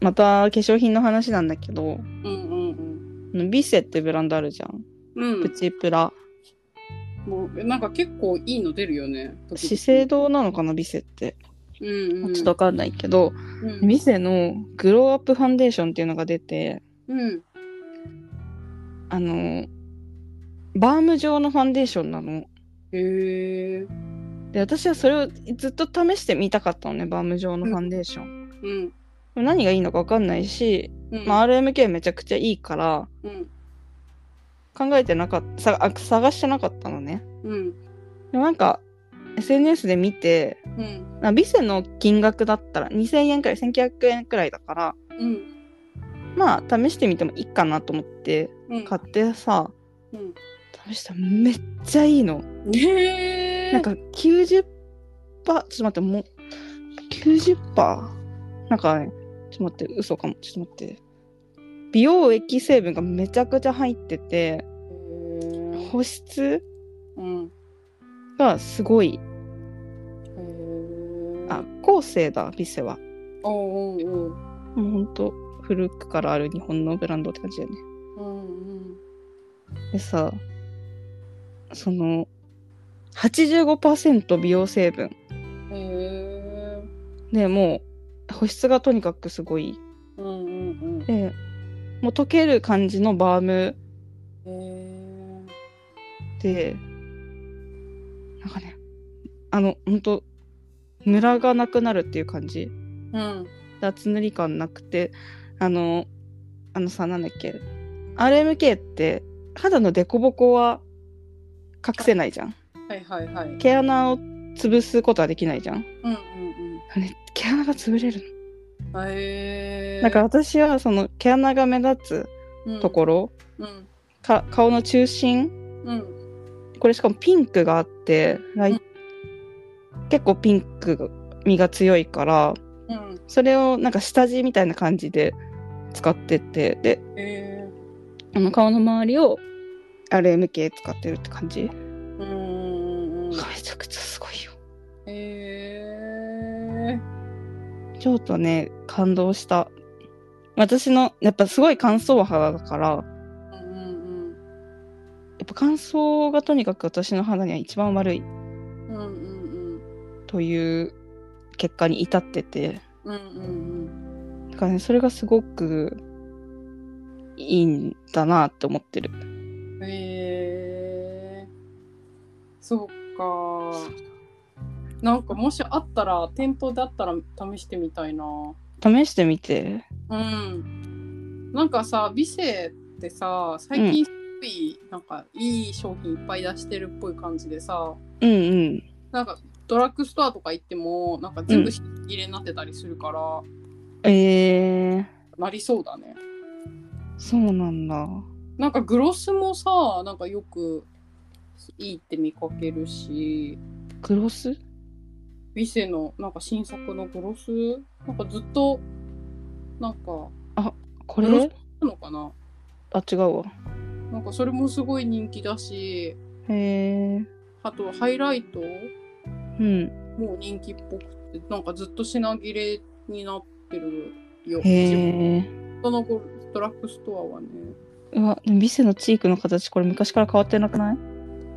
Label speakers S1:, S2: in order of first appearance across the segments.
S1: また化粧品の話なんだけど、
S2: うんうん
S1: あのビセってブランドあるじゃん。
S2: うん。う
S1: プ
S2: ん。
S1: チプラ。
S2: もうなんか結構いいの出るよね。
S1: 資生堂なのかな、ビセって。
S2: うんうん。
S1: ちょっとわかんないけど、
S2: うん。
S1: ビセのグローアップファンデーションっていうのが出て、
S2: うん。
S1: あの、バーム状のファンデーションなの。
S2: へえ。
S1: で、私はそれをずっと試してみたかったのね、バーム状のファンデーション。
S2: うん。
S1: でも何がいいのかわかんないし、
S2: うん。
S1: まあ、RMK めちゃくちゃいいから、
S2: うん。
S1: 考えてなかった、さあ探してなかったのね。
S2: うん。
S1: でもなんか、SNS で見て、
S2: うん。
S1: あビセの金額だったら2000円くらい1900円くらいだから
S2: うん。
S1: まあ試してみてもいいかなと思って
S2: うん。
S1: 買ってさ
S2: うん。
S1: 試したらめっちゃいいの
S2: へえ。
S1: なんか90%パーちょっと待ってもう90%パーなんかねちょっと待って嘘かもちょっと待って美容液成分がめちゃくちゃ入ってて
S2: へえ。
S1: 保湿
S2: うん。
S1: がすごい
S2: へー
S1: あ後世だビセは
S2: おうおう
S1: もうほんと古くからある日本のブランドって感じだよね
S2: おう。うん
S1: でさその85%美容成分
S2: うん。へえ。
S1: でもう保湿がとにかくすごい
S2: うんうん
S1: でもう溶ける感じのバーム
S2: うん。へ
S1: でなんかねあのほんとムラがなくなるっていう感じ
S2: え。うん。
S1: で厚塗り感なくてあのあのさなんだっけ RMK って肌の凸凹は隠せないじゃん
S2: はいはいはい。うん
S1: 毛穴を潰すことはできないじゃん
S2: うん
S1: ね毛穴が潰れる
S2: うん。へえ。
S1: の。だから私はその毛穴が目立
S2: うん
S1: つところ、
S2: うん
S1: か顔の中心
S2: うん
S1: これしかもピンクがあって、ライ
S2: うん
S1: 結構ピンク味が強いから
S2: うん。
S1: それをなんか下地みたいな感じで使っててで
S2: へえ。
S1: あの顔の周りを RMK 使ってるって感じ、
S2: うんうん うん。
S1: め
S2: へ
S1: ちゃくちゃすごいよ
S2: え。
S1: ちょっとね感動した私のやっぱすごい乾燥肌だから
S2: うんうん
S1: やっぱ乾燥がとにかく私の肌には一番悪い
S2: うん。うんうん
S1: という結果に至ってて
S2: うん。うんうん
S1: だからねそれがすごくいいんだなって思ってる
S2: うん。へえ。そうか。なんかもしあったら店頭だったら試してみたいな。
S1: 試してみて
S2: うん。なんかさ、ビセってさ、最近すごい、なんかいい商品いっぱい出してるっぽい感じでさ、
S1: うんうん
S2: なんかドラッグストアとか行っても、なんか全部品切れになってたりするから、
S1: えー、
S2: なりそうだね。
S1: そうなんだ
S2: なんかグロスもさ、なんかよくいいって見かけるし、
S1: グロス
S2: ビセのなんか新作のグロス、なんかずっと、なんか、
S1: こ
S2: グロ
S1: れ
S2: スなのかな
S1: あ違うわ
S2: なんかそれもすごい人気だし、
S1: へえー、
S2: あとハイライト
S1: うん
S2: もう人気っぽくてなんかずっと品切れになってるよ
S1: へえ
S2: その後ドラッグストアはね
S1: うわでもビセのチークの形これ昔から変わってなくない、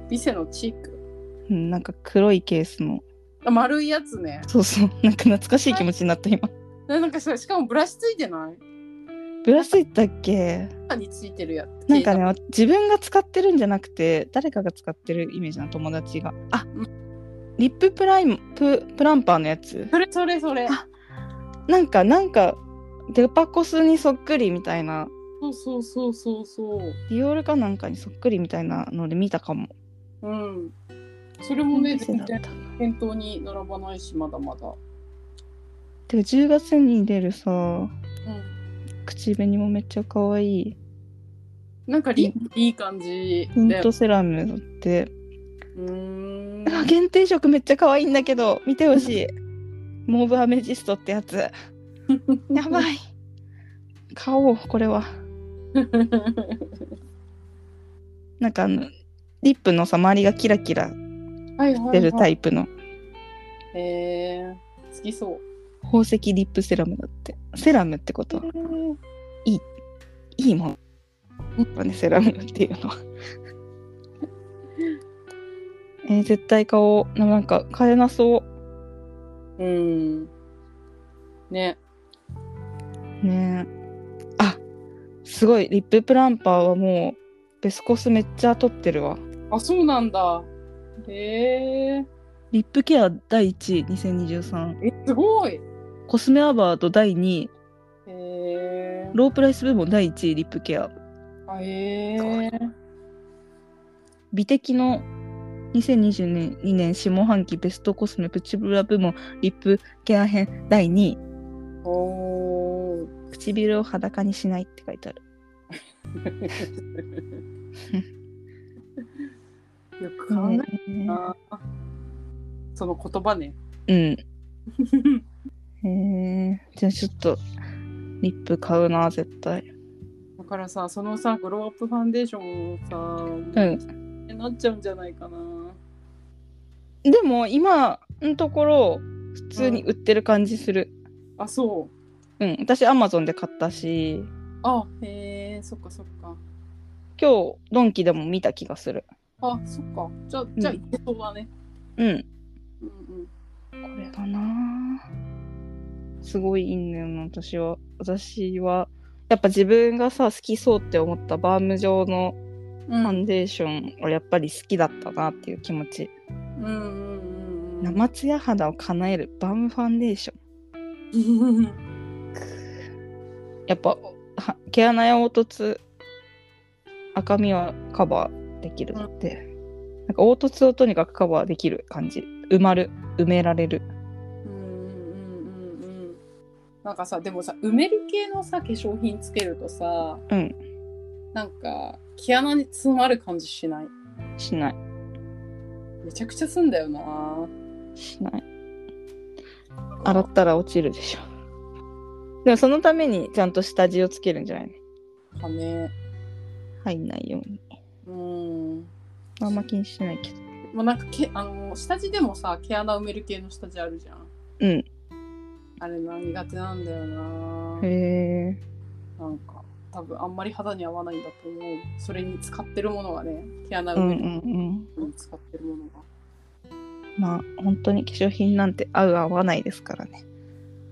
S2: ビセのチーク
S1: うん、なんか黒いケースの
S2: あ丸いやつね
S1: そうそうなんか懐かしい気持ちになった今
S2: ななんかそれしかもブラシついてない
S1: ブラシいったっけ
S2: 歯についてるやつ
S1: なんかね自分が使ってるんじゃなくて誰かが使ってるイメージの友達があ
S2: う
S1: リッププライムププランパーのやつ
S2: それそれそれ
S1: あなんかなんかデパコスにそっくりみたいな
S2: そうそうそうそうそう
S1: ディオールかなんかにそっくりみたいなので見たかも
S2: うんそれもね
S1: 店だ
S2: 全
S1: った
S2: 然
S1: な
S2: 店頭に並ばないしまだまだ
S1: でも10月に出るさ
S2: うん
S1: 口紅もめっちゃ可愛い
S2: なんかリップいい感じ
S1: ピン
S2: で
S1: トセラムだって
S2: うーん
S1: あ限定色めっちゃ可愛いんだけど見てほしいモーブアメジストってやつやばい買おうこれはなんかあのリップのさ周りがキラキラ
S2: はいはい、はい、
S1: 出るタイプの
S2: へえ好きそう
S1: 宝石リップセラムだってセラムってことはいいもんだねセラムっていうのは えー絶対買おうななんか買えなそ
S2: うん。ね。
S1: うねえあすごいリッププランパーはもうベスコスめっちゃ取ってるわ
S2: あ、そうなんだ。へえ。
S1: リップケア第1位2023
S2: え、すごい。
S1: コスメアワード第2位
S2: へえ。
S1: ロープライス部門第1位リップケア
S2: あへえ。
S1: 美的の2022年2年下半期ベストコスメプチブラ部門リップケア編第2位
S2: おー。
S1: 唇を裸にしないって書いてある
S2: よく考えたな。その言葉ね。
S1: うんへえじゃあちょっとリップ買うな絶対
S2: だからさ、そのさ、グローアップファンデーションをさ、
S1: うん
S2: なっちゃうんじゃないかな。
S1: でも今のところ普通に売ってる感じする
S2: あ、そう。
S1: うん私アマゾンで買ったし
S2: あ、へえ、そっかそっか。
S1: 今日ドンキでも見た気がする
S2: あ、そっか。じゃあ、じゃあ、いけそうだね。
S1: うん
S2: うんうん。
S1: これだなぁすごいいいんだよな私は私はやっぱ自分がさ好きそうって思ったバーム状の
S2: う
S1: フ
S2: ん
S1: ァンデーションをやっぱり好きだったなっていう気持ち、
S2: うんうんうんうん。
S1: 生ツヤ肌を叶えるバームファンデーションやっぱは毛穴や凹凸赤みはカバーできるって、なんか凹凸をとにかくカバーできる感じ埋まる埋められる
S2: うんうんうんうんなんかさでもさ埋める系のさ化粧品つけるとさ、
S1: うん
S2: なんか毛穴に詰まる感じしない
S1: しない
S2: めちゃくちゃすんだよな
S1: しない洗ったら落ちるでしょでもそのためにちゃんと下地をつけるんじゃないの
S2: かね
S1: 入んないように
S2: うん
S1: あんま気にしてないけど
S2: まあなんかけあの下地でもさ毛穴埋める系の下地あるじゃん
S1: うん
S2: あれな苦手なんだよな
S1: へえ
S2: なんか多分あんまり肌に合わないんだと思うそれに使ってるものがね毛穴
S1: う
S2: 埋
S1: んう
S2: め
S1: ん
S2: る
S1: うん
S2: のに使ってるものが、
S1: まあ本当に化粧品なんて合う合わないですからね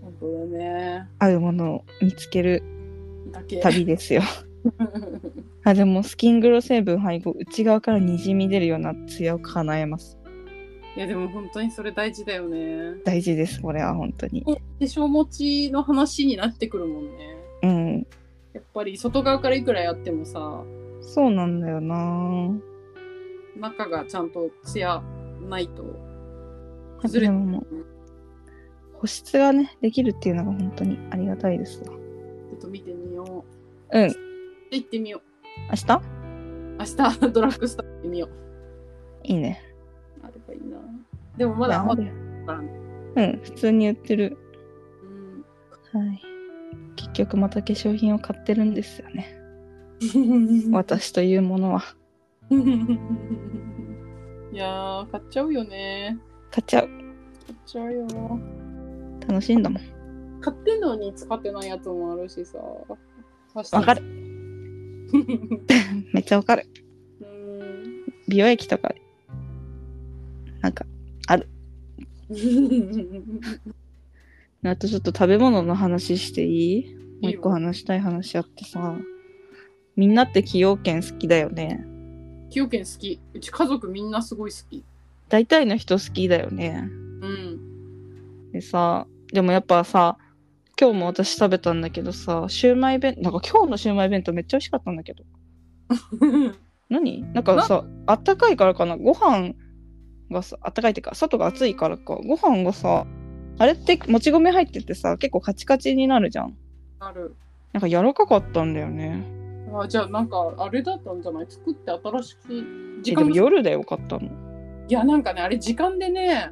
S2: 本当だね
S1: 合うものを見つける
S2: だけ
S1: 旅ですよあでもスキングロ成分配合内側からにじみ出るようなツヤを叶えます
S2: いやでも本当にそれ大事だよね。
S1: 大事ですこれは本当に
S2: 化粧持ちの話になってくるもんね。
S1: うん
S2: やっぱり外側からいくらやってもさ、
S1: そうなんだよな
S2: 中がちゃんとツヤないと崩
S1: で
S2: れ
S1: ももう保湿がねできるっていうのが本当にありがたいですわ
S2: ちょっと見てみよう。
S1: うん
S2: で行ってみよ
S1: 明日
S2: う。明日 ドラッグストア行ってみよう。
S1: いいね
S2: あればいいな。でもまだ余
S1: あ
S2: っ
S1: る
S2: て
S1: よ
S2: るからね。
S1: うん普通に売ってる
S2: うん
S1: はい結局また化粧品を買ってるんですよね私というものはい
S2: やー、買っちゃうよね。
S1: 買っちゃう
S2: 買っちゃうよ。
S1: 楽しいんだもん
S2: 買ってんのに使ってないやつもあるしさ。
S1: わか
S2: る。
S1: るめっちゃわかる
S2: うん
S1: 美容液とかなんかあとちょっと食べ物の話していいもう一個話したい話あってさみんなって崎陽軒好きだよね
S2: 清健好き。うち家族みんなすごい好き。
S1: 大体の人好きだよね
S2: うん。
S1: でさでもやっぱさ今日も私食べたんだけどさシューマイ弁なんか今日のシューマイ弁当めっちゃ美味しかったんだけど何なんかさあったかいからかなご飯がさあったかいっていうか外が暑いからかご飯がさあれってもち米入っててさ結構カチカチになるじゃん
S2: ある。
S1: なんか柔らかかったんだよね
S2: あじゃあなんかあれだったんじゃない作って新しく
S1: え
S2: 時
S1: でも
S2: 間
S1: 夜だよかったの
S2: いやなんかねあれ時間でね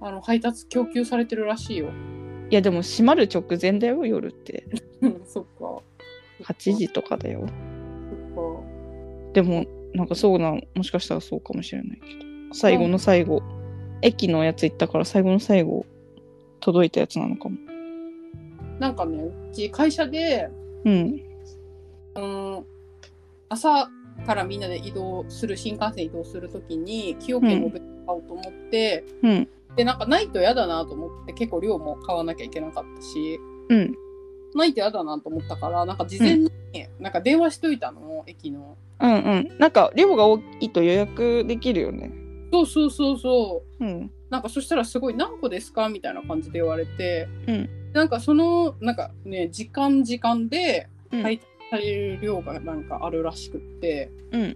S2: あの配達供給されてるらしいよ。
S1: いやでも閉まる直前だよ夜って
S2: うんそっか。
S1: 8時とかだよ
S2: そっか。
S1: でもなんかそうなもしかしたらそうかもしれないけど最後の最後、駅のやつ行ったから最後の最後届いたやつなのかも。
S2: なんかねうち会社で
S1: うん。
S2: うん朝からみんなで移動する新幹線移動するときに崎陽軒のお弁当買おうと思って、
S1: うん。
S2: でなんかないと嫌だなと思って結構量も買わなきゃいけなかったし
S1: うん。
S2: ないと嫌だなと思ったからなんか事前に、なんか電話しといたの駅の。
S1: うんうん。なんか、量が多いと予約できるよね。
S2: そうそうそうそう
S1: うん。
S2: なんかそしたらすごい何個ですかみたいな感じで言われて、
S1: うん
S2: なんかそのなんかね時間時間で
S1: うん
S2: 配達される量がなんかあるらしくって、
S1: うん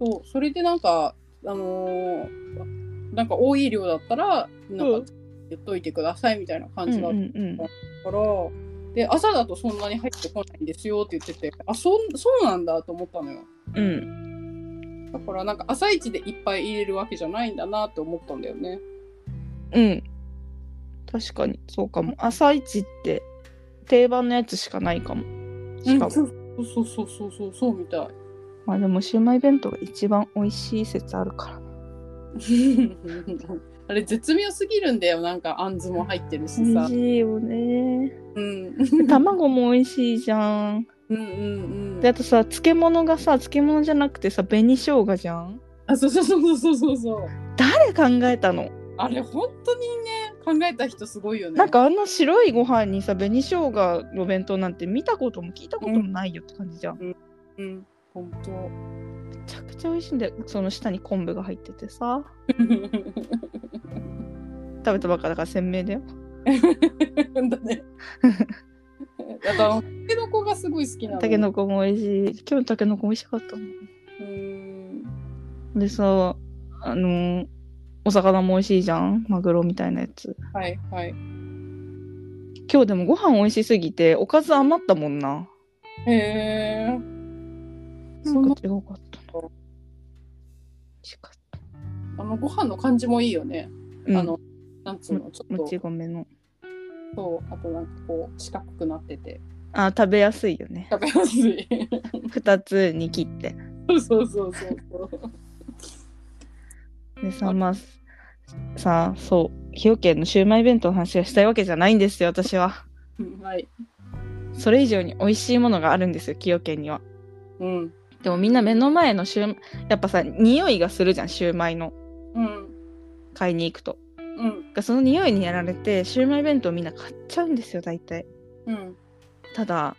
S2: そうそれでなんかあのーなんか多い量だったらな
S1: うん
S2: か言っといてくださいみたいな
S1: う
S2: 感
S1: ん
S2: じ
S1: うん
S2: だっ
S1: うん。
S2: たから、で朝だとそんなに入ってこないんですよって言っててあそんそうなんだと思ったのよ
S1: うん。
S2: だからなんか朝一でいっぱい入れるわけじゃないんだなって思ったんだよね
S1: うん。確かに、そうかも。朝一って定番のやつしかないかも。しかも。
S2: うん、そうそうそうそうそうそうみたい。
S1: まあでも、シウマイ弁当が一番美味しい説あるからな。
S2: あれ絶妙すぎるんだよなんかあんずも入ってるし
S1: 美
S2: さ
S1: 味。しいよね。
S2: うん、
S1: 卵も美味しいじゃん。
S2: うんうんうん
S1: で、あとさ、漬物がさ、漬物じゃなくてさ、紅生姜じゃん。
S2: あそうそうそうそうそうそう。
S1: 誰考えたの
S2: あれ本当にね考えた人すごいよね。
S1: なんかあんな白いご飯にさ紅生姜の弁当なんて見たことも聞いたこともないよって感じじゃん、
S2: うん本当。
S1: めちゃくちゃ美味しいんだよその下に昆布が入っててさ食べたばっかだから鮮明だよ
S2: だ ね。あとあのタケノコがすごい好きなの。
S1: たけのこも美味しい今日のたけのこ美味しかったの
S2: うん
S1: でさあのーお魚も美味しいじゃんマグロみたいなやつ
S2: はいはい。
S1: 今日でもご飯美味しすぎておかず余ったもんな
S2: へえ。
S1: な
S2: そ
S1: ん
S2: の
S1: か違うかったな美味しかった
S2: あのご飯の感じもいいよね。
S1: うん
S2: あのなんつうのちょっと
S1: もち米の
S2: そう、あとなんかこう四角くなってて
S1: あ食べやすいよね
S2: 食べやすい。
S1: 2つに切って
S2: そうそうそうそう。
S1: でさ
S2: あ
S1: まあさあそう崎陽軒のシウマイ弁当の話がしたいわけじゃないんですよ私は
S2: うんはい。
S1: それ以上に美味しいものがあるんですよ崎陽軒には
S2: うん。
S1: でもみんな目の前のシュウやっぱさ匂いがするじゃんシュウマイの
S2: うん。
S1: 買いに行くと
S2: うん。
S1: その匂いにやられてシュウマイ弁当みんな買っちゃうんですよ大体
S2: うん。
S1: ただ
S2: あ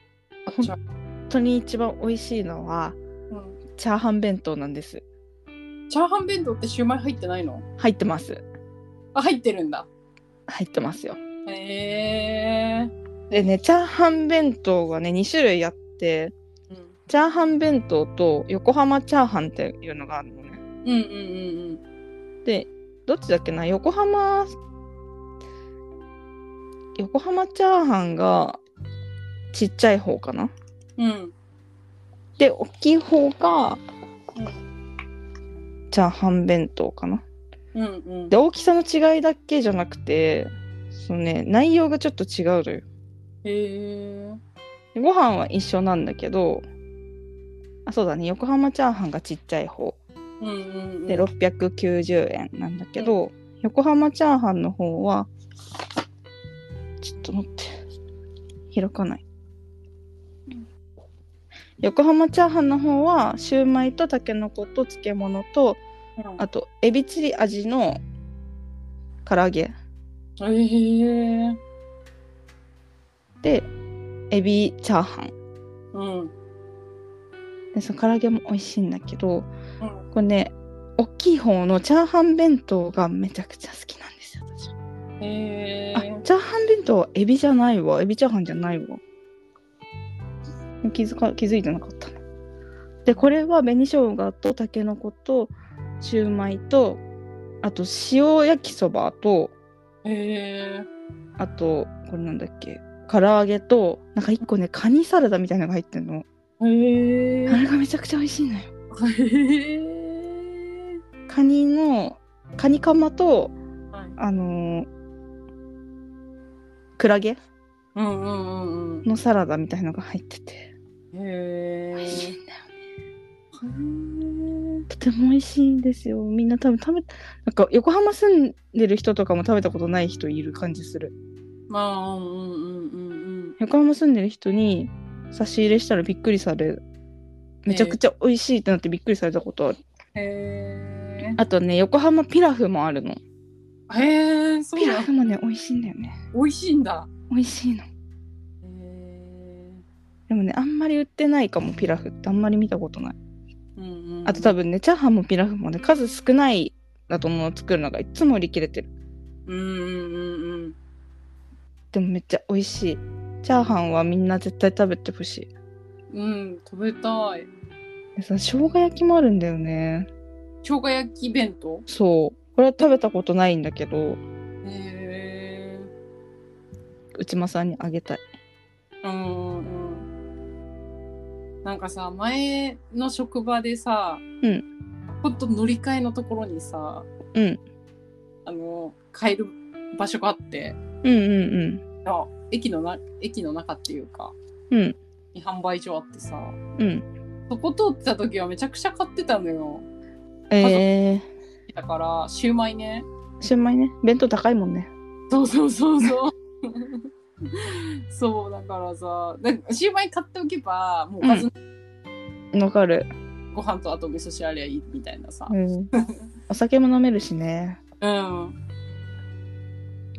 S2: っちゃう
S1: 本当に一番美味しいのは
S2: う
S1: チャーハン弁当なんです
S2: ん。チャーハン弁当ってシューマイ入ってないの
S1: 入ってます
S2: あ、入ってるんだ。
S1: 入ってますよ
S2: へえ。
S1: でねチャーハン弁当がね2種類あって
S2: うん。
S1: チャーハン弁当と横浜チャーハンっていうのがあるのね。
S2: うんうんうん
S1: で、どっちだっけな横浜、横浜チャーハンがちっちゃい方かな
S2: うん。うん。
S1: で、大きい方が
S2: う
S1: チャーハン弁当かな
S2: うんうん
S1: で、。大きさの違いだけじゃなくて、そのね、内容がちょっと違うのよ。
S2: へえ。
S1: でご飯は一緒なんだけど、あ、そうだね、横浜チャーハンがちっちゃい方。
S2: うんうんうん。
S1: で690円なんだけど、横浜チャーハンの方はちょっと待って開かない、横浜チャーハンの方はシューマイとたけのこと漬物とあとエビチリ味の唐揚げ
S2: うん。へえ。
S1: でエビチャーハン
S2: うん。うん。
S1: でその唐揚げも美味しいんだけどこれね大きい方のチャーハン弁当がめちゃくちゃ好きなんですよ私は
S2: へ
S1: あ
S2: え。
S1: チャーハン弁当はエビじゃないわエビチャーハンじゃないわ気づか気づいてなかったなでこれは紅生姜とたけのことシューマイとあと塩焼きそばと
S2: へえ。
S1: あとこれなんだっけ唐揚げとなんか一個ねカニサラダみたいなのが入ってるの
S2: へ
S1: あれがめちゃくちゃ美味しいのよ
S2: え。
S1: カニのカニカマと
S2: はい。
S1: あのークラゲ
S2: うんうんうんうん。
S1: のサラダみたいのが入ってて
S2: へ
S1: 美味しい
S2: え。
S1: んだよとても美味しいんですよみんな多分食べなんか横浜住んでる人とかも食べたことない人いる感じする
S2: まあ、うんうんうんうん
S1: 横浜住んでる人に差し入れしたらびっくりされめちゃくちゃ美味しいってなってびっくりされたことある、
S2: うん。へ
S1: あとね横浜ピラフもあるの
S2: え。へえ、そう
S1: ピ
S2: な
S1: ラ
S2: ん
S1: フもね美味しいんだよね
S2: 美味しいんだ。
S1: 美味しいの
S2: へえ。
S1: でもねあんまり売ってないかもピラフってあんまり見たことない
S2: うんうん。
S1: あと多分ねチャーハンもピラフもね数少ないだと思うの作るのがいつも売り切れてる
S2: うんうんうんうん。
S1: でもめっちゃ美味しいチャーハンはみんな絶対食べてほしい
S2: うん、食べたい。
S1: でさ生姜焼きもあるんだよね
S2: 生姜焼き弁当。
S1: そうこれは食べたことないんだけど
S2: へえ。
S1: 内間さんにあげたい
S2: うんうんうん。なんかさ、前の職場でさ、
S1: ん
S2: ほんと乗り換えのところにさ、
S1: うん
S2: あの、買える場所があって、
S1: うんうん
S2: あ駅のな、駅の中っていうか、
S1: うんうん
S2: に販売所あってさ、
S1: うん
S2: そこ通ってた時はめちゃくちゃ買ってたのよ。
S1: えー、
S2: だから、シューマイね。
S1: シュウマイね弁当高いもんね
S2: そうそうそ うそう。そう、だからさ、だシューマイ買っておけば、もうおかず
S1: わかる、
S2: ご飯とあと味噌汁ありゃいいみたいなさ。
S1: うん、お酒も飲めるしね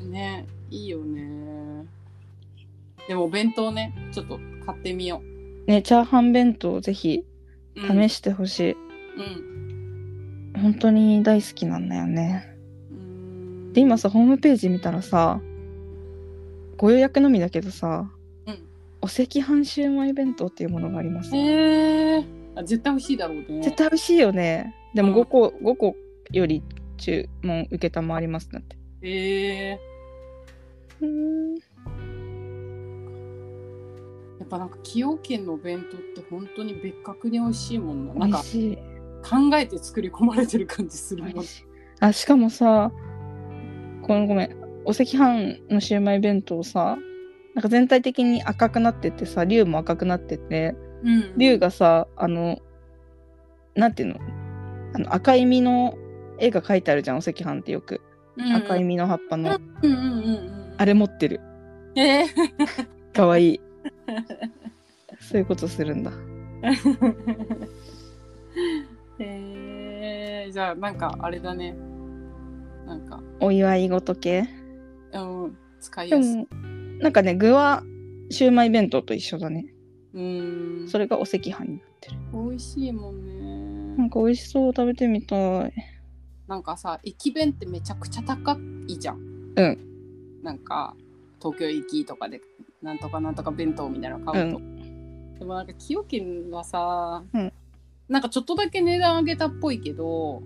S2: うん。ね、いいよね。でもお弁当ね、ちょっと買ってみよ
S1: ねチャーハン弁当ぜひ
S2: う。うん、
S1: 試してほしい、
S2: うん。
S1: 本当に大好きなんだよね
S2: うん。
S1: で今さホームページ見たらさご予約のみだけどさ、
S2: うん
S1: お赤飯シュウマイ弁当っていうものがあります、
S2: えー、あ絶対欲しいだろうね。
S1: 絶対美味しいよねで
S2: う
S1: も
S2: ん
S1: 5個、5個より注文受けたまわりますだって
S2: え
S1: うーん
S2: ー、やっぱなんか崎陽軒のお弁当って本当に別格に美味しいもんな。なん
S1: 美味
S2: か
S1: しい
S2: 考えて作り込まれてる感じする
S1: 美
S2: もん
S1: 味。しいあしかもさこのごめんお赤飯のシュウマイ弁当さなんか全体的に赤くなっててさ龍も赤くなってて
S2: うん
S1: 龍。がさあのなんていうのあの赤い実の絵が描いてあるじゃんお赤飯ってよく
S2: うん
S1: 赤い。実の葉っぱの
S2: うんうんうんうん。
S1: あれ持ってる
S2: えー、
S1: かわ いいそういうことするんだ
S2: えー、じゃあなんかあれだね。なんか、
S1: お祝い事系
S2: うん、使い
S1: で
S2: やすい。
S1: もなんかね具はシュウマイ弁当と一緒だね
S2: うん。
S1: それがお赤飯になってる
S2: 美味しいもん
S1: な
S2: ね
S1: ん。か美味しそう食べてみたい
S2: なんかさ、駅弁ってめちゃくちゃ高いじゃん。。
S1: うん
S2: なんか、東京駅とかで、なんとかなんとか弁当みたいなの買うと。でもなんか、崎陽軒はさ、
S1: うん
S2: なんかちょっとだけ値段上げたっぽいけど、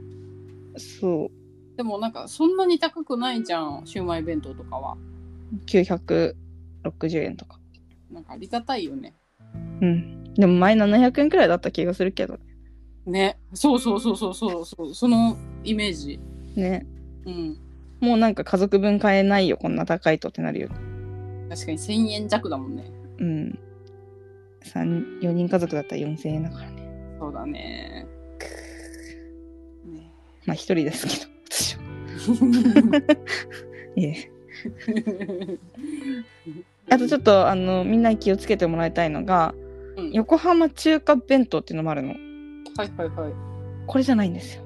S1: そう
S2: でもなんかそんなに高くないじゃん、シューマイ弁当とかは。
S1: 960円とか
S2: なんかありがたいよね。
S1: うんでも前700円くらいだった気がするけど
S2: ね。そうそうそうそうそうそう、そのイメージ。
S1: ね
S2: うん。
S1: もうなんか家族分買えないよこんな高いとってなるよね
S2: 確かに1000円弱だもんね。
S1: うん4人家族だったら4000円だからね
S2: そう だね。ね
S1: まあ1人ですけど私はええ あとちょっとあのみんなに気をつけてもらいたいのが
S2: うん
S1: 横浜中華弁当っていうのもあるの
S2: はいはいは
S1: これじゃないんですよ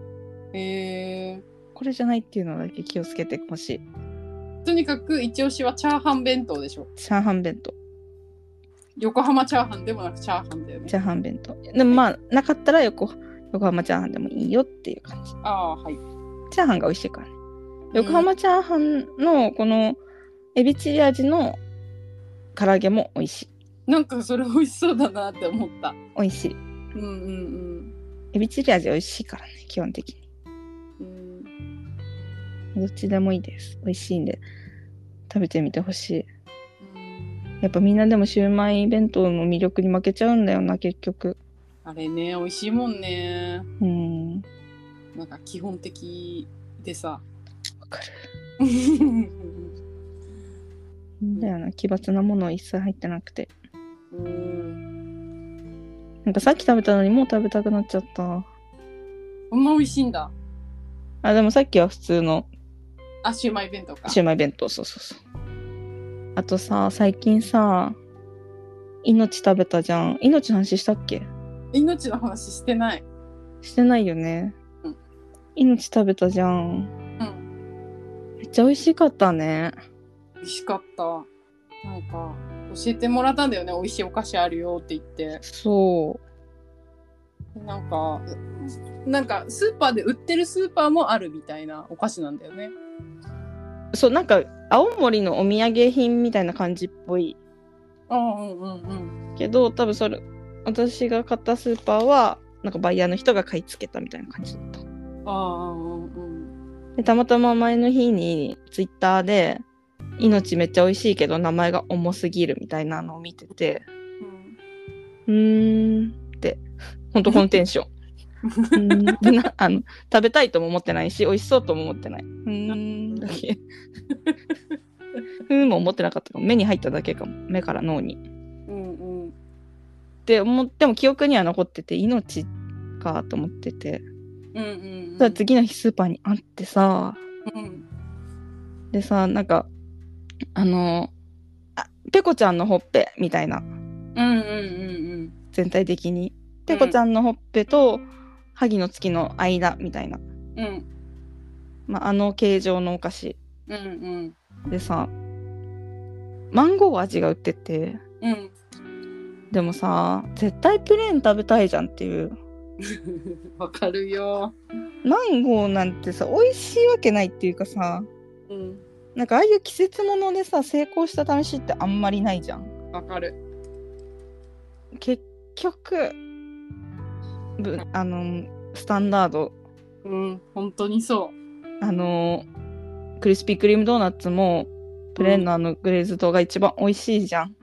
S2: い。え
S1: これじゃないっていうのだけ気をつけてほしい
S2: ー、とにかく一押しはチャーハン弁当でしょ。
S1: チャーハン弁当
S2: 横浜チャーハンでもなくチャーハンだよね
S1: チ。ャーハン弁当でもまあなかったら横横浜チャーハンでもいいよっていう感じ
S2: ああー、はい。
S1: チャーハンが美味しいからね横浜チャーハンのこのエビチリ味の唐揚げも美味しい
S2: なんかそれ美味しそうだなって思った。
S1: 美味しい
S2: うんうん
S1: エビチリ味美味しいからね基本的に
S2: うん。うん
S1: どっちでもいいです美味しいんで食べてみてほしい
S2: うん
S1: やっぱみんなでもシューマイ弁当の魅力に負けちゃうんだよな結局
S2: あれね、美味しいもんね。
S1: うんわ
S2: なんか基本的でさ。
S1: かる
S2: うん
S1: いいんだよな奇抜なもの一切入ってなくて
S2: うん。
S1: なんかさっき食べたのにもう食べたくなっちゃった
S2: こんな美味しいんだ。
S1: あでもさっきは普通の
S2: あ、シューマイ弁当か。
S1: シューマイ弁当そうそうそうあとさ最近さ命食べたじゃん命の話したっけ
S2: 命の話してない。
S1: してないよね、
S2: うん
S1: 命食べたじゃん
S2: うん。
S1: めっちゃ美味しかったね
S2: 美味しかった。なんか、教えてもらったんだよね。美味しいお菓子あるよって言って。
S1: そ
S2: なんか、なんか、スーパーで売ってるスーパーもあるみたいなお菓子なんだよね。
S1: うそうなんか青森のお土産品みたいな感じっぽい
S2: ああ、うんうんうん。
S1: けど多分それ私が買ったスーパーはなんかバイヤーの人が買い付けたみたいな感じだった
S2: ああ、うんうん。
S1: でたまたま前の日にツイッターで「命めっちゃ美味しいけど名前が重すぎる」みたいなのを見ててうーんってほんとこのテンションう ーんってなあの食べたいとも思ってないし美味しそうとも思ってないうーんだけふーんも思ってなかったかも目に入っただけかも目から脳に
S2: うんうん。
S1: って思っても記憶には残ってて命かと思ってて
S2: うんうん、うん。
S1: ただ次の日スーパーにあってさ
S2: うん。
S1: でさなんかあのあペコちゃんのほっぺみたいな
S2: うんうんうん
S1: 全体的にペコちゃんのほっぺと萩の月の間みたいな、
S2: うん。うん
S1: まあ、あの形状のお菓子
S2: うんうん。
S1: でさマンゴー味が売ってて
S2: うん。
S1: でもさ絶対プレーン食べたいじゃんっていう
S2: わかるよ。
S1: マンゴーなんてさ美味しいわけないっていうかさ
S2: うん。
S1: なんかああいう季節ものでさ成功した試しってあんまりないじゃん
S2: わかる。
S1: 結局ぶあのスタンダード
S2: うん。本当にそ
S1: あのクリスピークリームドーナツもプレーンのあのグレーズドが一番美味しいじゃん、
S2: う。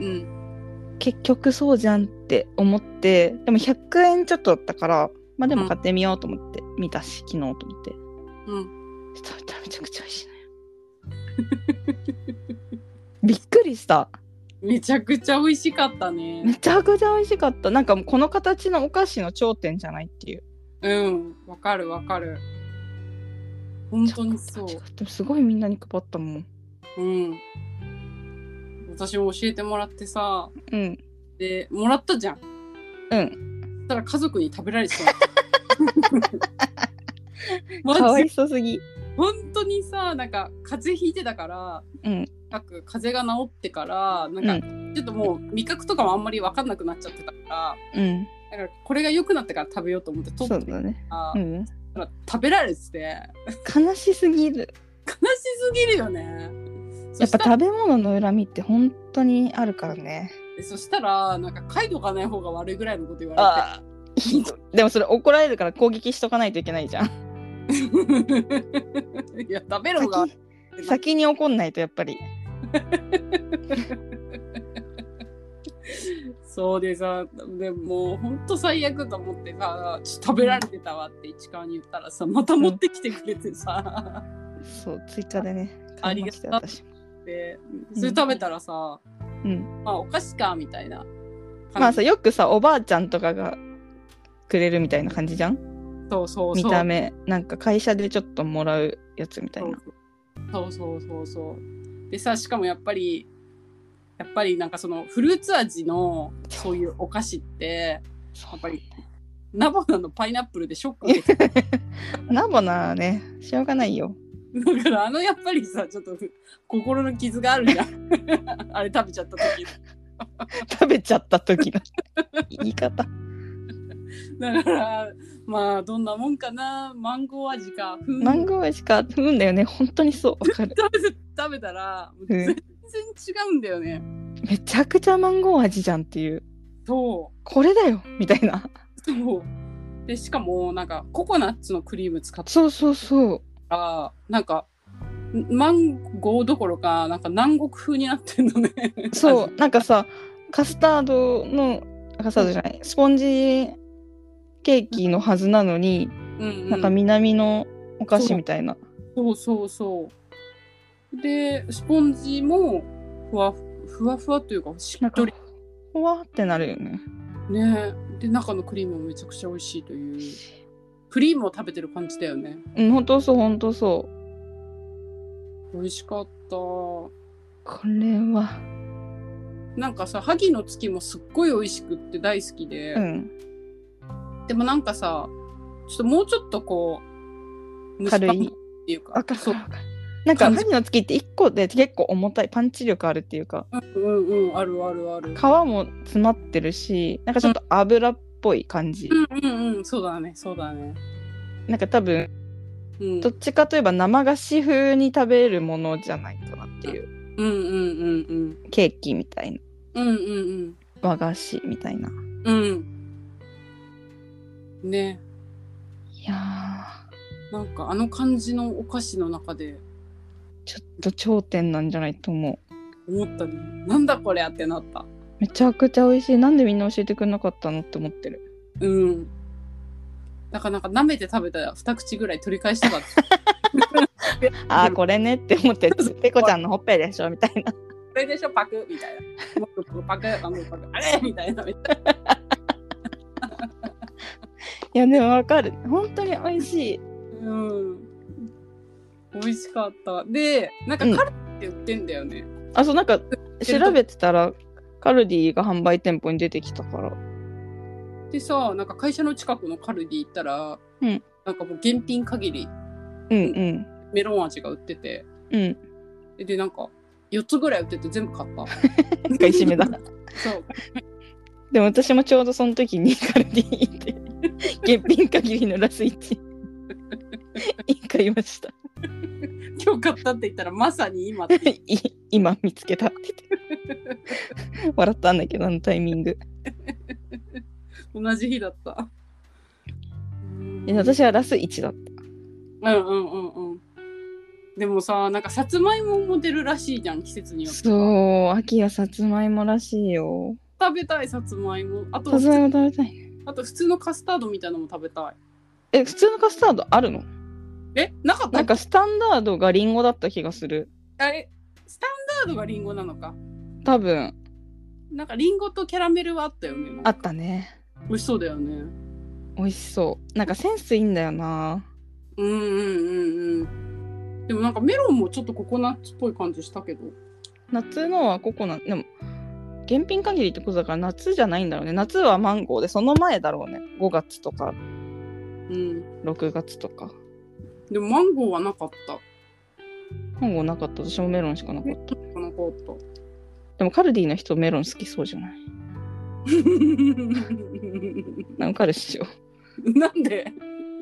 S2: うんうん。
S1: 結局そうじゃんって思ってでも100円ちょっとだったからまあでも買ってみようと思って、見たし昨日と思って
S2: うん。
S1: 食べたらめちゃくちゃ美味しいのよ びっくりした
S2: めちゃくちゃ美味しかったね。
S1: めちゃくちゃ美味しかったなんかもうこの形のお菓子の頂点じゃないっていう
S2: うん、わかるわかる。本当にそう。
S1: でもすごいみんなに配ったもん
S2: うん。私も教えてもらってさ、
S1: うん
S2: で、もらったじゃん。
S1: うん
S2: そしたら家族に食べられて た。マジ
S1: かわいそすぎ
S2: 本当にさ、なんか風邪ひいてたから、
S1: うん
S2: なんか風邪が治ってから、なんか、ちょっともう味覚とかもあんまりわかんなくなっちゃってたから、
S1: うん
S2: だからこれが良くなってから食べようと思って取
S1: そ
S2: っ
S1: う
S2: て
S1: だね
S2: たら、
S1: うん
S2: そしたら食べられてて、
S1: 悲しすぎる
S2: 悲しすぎるよね。
S1: や
S2: そ
S1: っ
S2: した
S1: ぱ
S2: ら
S1: 食べ物の恨みって本当にあるからね
S2: えそしたらなんか書いとかない方が悪いぐらいのこと言わ
S1: ああひどい でもそれ怒られるから攻撃しとかないといけないじゃ ん
S2: れて いや食べる方が
S1: 先先に怒んないとやっぱり
S2: そうでさでもうほんと最悪と思ってさちょっと食べられてたわって市川に言ったらさまた持ってきてくれてさ、
S1: そう追加でね
S2: あ
S1: 買いましたよ
S2: ありが
S1: 私も
S2: でそれ食べたらさ、
S1: うん
S2: まあお菓子かみたいな
S1: まあ
S2: そ
S1: さよくさおばあちゃんとかがくれるみたいな感じじゃん
S2: うそうそう
S1: 見た目なんか会社でちょっともらうやつみたいな
S2: そうそうそうそうでさしかもやっぱりやっぱりなんかそのフルーツ味のそういうお菓子ってやっぱりナボナのパイナップルでショック受けて
S1: ナボナはねしょうがないよ
S2: だからあのやっぱりさちょっと心の傷があるじゃん あれ食べちゃった時
S1: 食べちゃった時 の言い方
S2: だからまあどんなもんかなマンゴー味かふん
S1: マンゴー味しかうんだよね 本当にそうわか る
S2: 食べて食べたら
S1: うん
S2: 全然違うんだよね、
S1: めちゃくちゃマンゴー味じゃんっていう
S2: そ
S1: これだよみたいな
S2: うそうでしかもなんかココナッツのクリーム使って
S1: そうそうそう
S2: たらなんかマンゴーどころかなんか南国風になってんのね
S1: そうなんかさカスタードのカスタードじゃないスポンジケーキのはずなのに、
S2: うんうん
S1: なんか南のお菓子みたいな
S2: そうそうそう。で、スポンジもふわふふわふわというか、し
S1: なん
S2: っと
S1: か
S2: り。
S1: ふわってなるよね
S2: ね。で、中のクリームもめちゃくちゃ美味しいという。クリームを食べてる感じだよね。
S1: うん本当そう本当そう
S2: 美味しかった。
S1: これは
S2: なんかさ萩の月もすっごい美味しくって大好きで、
S1: うん
S2: でもなんかさちょっともうちょっとこう
S1: 軽い
S2: 蒸しパンっていうか
S1: わかる
S2: そう
S1: わかるなんか
S2: 感じ
S1: 萩の月って1個で結構重たいパンチ力あるっていうか
S2: うんうんあるあるある
S1: 皮も詰まってるしなんかちょっと油っぽい感じ、
S2: うんうんうんそうだねそうだね
S1: なんか多分
S2: うん
S1: どっちかといえば生菓子風に食べるものじゃないかなっていう
S2: うんうんうん
S1: ケーキみたいな
S2: うんうんうん
S1: 和菓子みたいな
S2: うんうんね
S1: いやー
S2: なんかあの感じのお菓子の中で
S1: ちょっと頂点なんじゃないと思う
S2: 思ったねなんだこれってなった
S1: めちゃくちゃ美味しいなんでみんな教えてくれなかったのって思ってる
S2: うんだからなんか舐めて食べたら二口ぐらい取り返したかった
S1: ああこれねって思ってペコちゃんのほっぺでしょみたいな
S2: これでしょパクみたいなもっとパクあもうパクあれみたいなめっちゃ
S1: いやでもわかる本当に美味しい
S2: うん美味しかったでなんかカルディって言ってんだよね、
S1: あそうなんか調べてたらカルディが販売店舗に出てきたから
S2: でさなんか会社の近くのカルディ行ったら、
S1: うん
S2: なんかもう現品限り
S1: うんうん
S2: メロン味が売ってて
S1: うん
S2: ででなんか4つぐらい売ってて全部買った
S1: なんかいしめだ
S2: そう
S1: でも私もちょうどその時にカルディ行って月品限りのラスイチ一回いました
S2: 今日買ったって言ったらまさに今って言っ
S1: い今見つけたって言って笑ったんだけどあのタイミング
S2: て同じ日だった
S1: で私はラス1だった
S2: うんうんうんうんでもさなんかさつまいもも出るらしいじゃん季節によっては
S1: そう秋はさつまいもらしいよ
S2: 食べたいさつまいもあと
S1: さつまいも食べたいね
S2: あと普通のカスタードみたいなのも食べたい
S1: え普通のカスタードあるの
S2: えなかった
S1: なんかスタンダードがリンゴだった気がする
S2: あれスタンダードがリンゴなのか
S1: 多分
S2: なんかリンゴとキャラメルはあったよねなんか
S1: あったね
S2: 美味しそうだよね
S1: 美味しそうなんかセンスいいんだよな
S2: うんうんうんうんでもなんかメロンもちょっとココナッツっぽい感じしたけど
S1: 夏のはココナでも現品限りってことだから夏じゃないんだろうね夏はマンゴーでその前だろうね5月とか
S2: うん
S1: 6月とか
S2: でもマンゴーはなかった
S1: マンゴーなかった私もメロンしかなかった
S2: なかった
S1: でもカルディの人メロン好きそうじゃないなんかあるっしょ
S2: なんで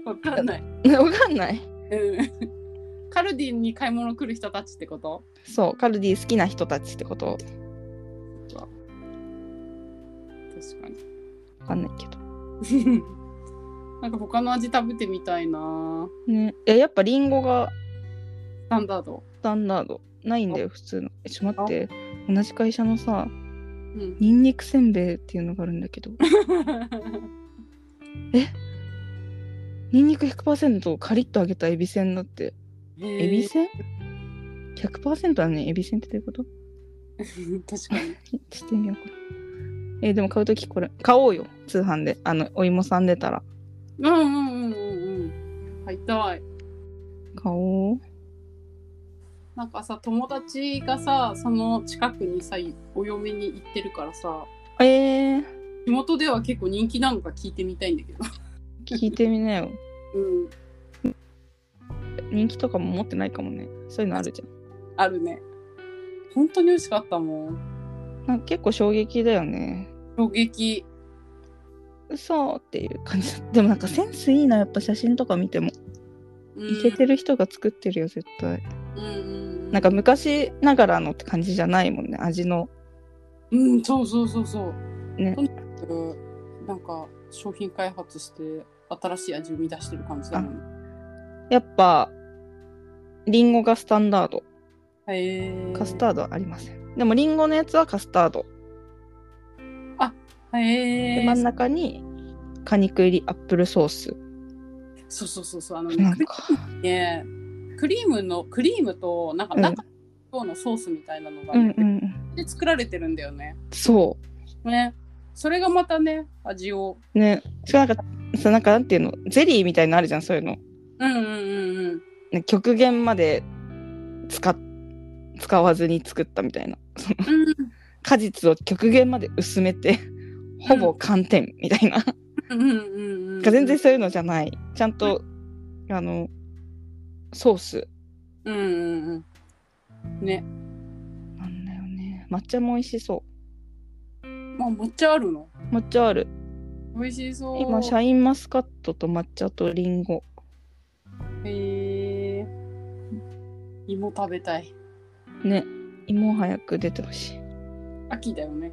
S2: わかんない。
S1: わかんない
S2: うんカルディに買い物来る人たちってこと
S1: そうカルディ好きな人たちってこと
S2: 確か
S1: わかんないけど
S2: に。 なんか他の味食べてみたいな
S1: ねえやっぱリンゴが
S2: スタンダード。
S1: スタンダードないんだよ普通のえちょっと待って同じ会社のさ
S2: うん。
S1: ニンニクせんべいっていうのがあるんだけどニンニク100%カリッと揚げたエビせんだって エビせん ?100% だねエビせんってどういうこと
S2: 確かに。
S1: ちょっと意味わかんないえーでも買うときこれ買おうよ通販であのお芋さん出たら
S2: うんうんうんうんうん。買いたい。
S1: 買おう
S2: なんかさ、友達がさ、その近くにさ、お嫁に行ってるからさ、
S1: えー、
S2: 地元では結構人気なのか聞いてみたいんだけど。
S1: 聞いてみなよ
S2: うん。
S1: 人気とかも持ってないかもねそういうのあるじゃ
S2: あるね。本当に美味しかったもん。
S1: んなんか結構衝撃だよね
S2: 衝撃。
S1: 嘘っていう感じ でもなんかセンスいいなやっぱ写真とか見ても
S2: うん
S1: イケてる人が作ってるよ絶対
S2: うんうん
S1: なんか昔ながらのって感じじゃないもんね味の
S2: うん、そうそうそうそう。
S1: ね
S2: とにかく、なんか商品開発して、新しい味を生み出してる感じだもん。
S1: やっぱリンゴがスタンダード
S2: へえ。
S1: カスタードはありませんでもリンゴのやつはカスタード
S2: ー。へ
S1: で
S2: え。
S1: 真ん中に果肉入りアップルソース
S2: そうそうそうそう、あの
S1: なん、
S2: ね
S1: か
S2: ねクリームの、クリームと、なんか
S1: うん
S2: 中のソースみたいなのが、
S1: うん
S2: ね
S1: うん
S2: で作られてるんだよね。
S1: そ
S2: ね。それがまたね、味を。
S1: うねしかもなんかさなんかなんていうのゼリーみたいのあるじゃんそういうの、
S2: うんうんうんうん。
S1: ね、極限まで使っ使わずに作ったみたいな
S2: うん
S1: 果実を極限まで薄めてほぼ寒天みたいな、
S2: うんうんうん
S1: 全然そういうのじゃないちゃんと、あのソース
S2: うんうんうんね
S1: なんだよね抹茶も美味しそ
S2: まあ抹茶あるの
S1: う抹茶ある
S2: 美味しそう
S1: 今シャインマスカットと抹茶とリンゴ
S2: へえ芋食べたい
S1: ね芋早く出てほしい
S2: 秋だよね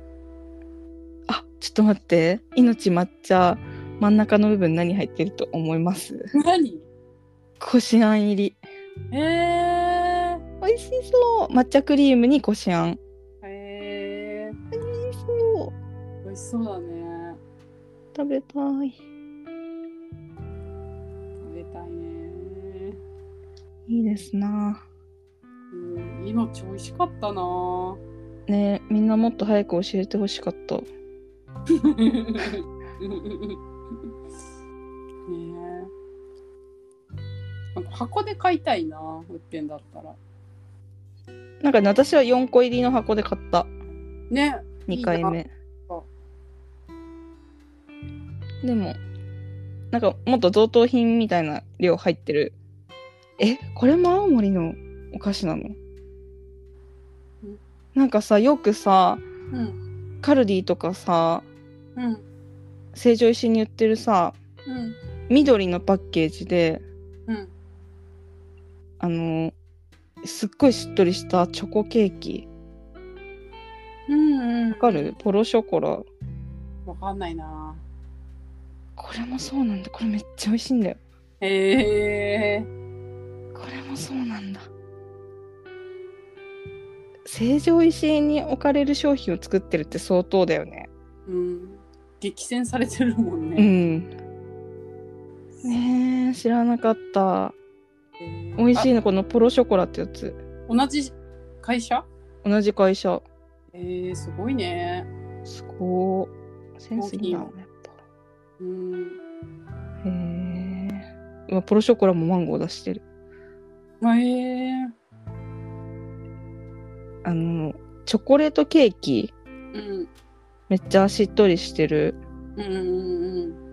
S1: あちょっと待って命抹茶真ん中の部分何入ってると思います
S2: 何
S1: こしあん入り
S2: へえ
S1: 美味しそう抹茶クリームにこしあん
S2: へえ
S1: 美味しそう
S2: 美味しそうだね
S1: 食べたい
S2: 食べたいね
S1: いいですな
S2: うん命美味しかったな
S1: ねみんなもっと早く教えてほしかった
S2: ねえなんか箱で買いたいな売ってんだったら
S1: なんかね私は4個入りの箱で買った
S2: ね
S1: 2回目
S2: いいな
S1: でもなんかもっと贈答品みたいな量入ってるえこれも青森のお菓子なのなんかさよくさ
S2: うん
S1: カルディとかさ
S2: うん
S1: 成城石井に売ってるさ
S2: うん
S1: 緑のパッケージで
S2: うん
S1: あのすっごいしっとりしたチョコケーキ
S2: うんうん
S1: わかるポロショコラ
S2: わかんないな
S1: これもそうなんだこれめっちゃ美味しいんだよ
S2: へえ
S1: これもそうなんだ成城石井に置かれる商品を作ってるって相当だよね
S2: うん激戦されてるもん
S1: う
S2: ね、
S1: んねえ知らなかった
S2: へえ
S1: 美味しいのこのポロショコラってやつ
S2: あ同じ会社
S1: 同じ会社
S2: えー、すごいね
S1: すごーセンスいいなやっぱ
S2: うん
S1: へえ今ポロショコラもマンゴー出してる
S2: まあへえ
S1: あのチョコレートケーキ
S2: うん
S1: めっちゃしっとりしてる
S2: うんうん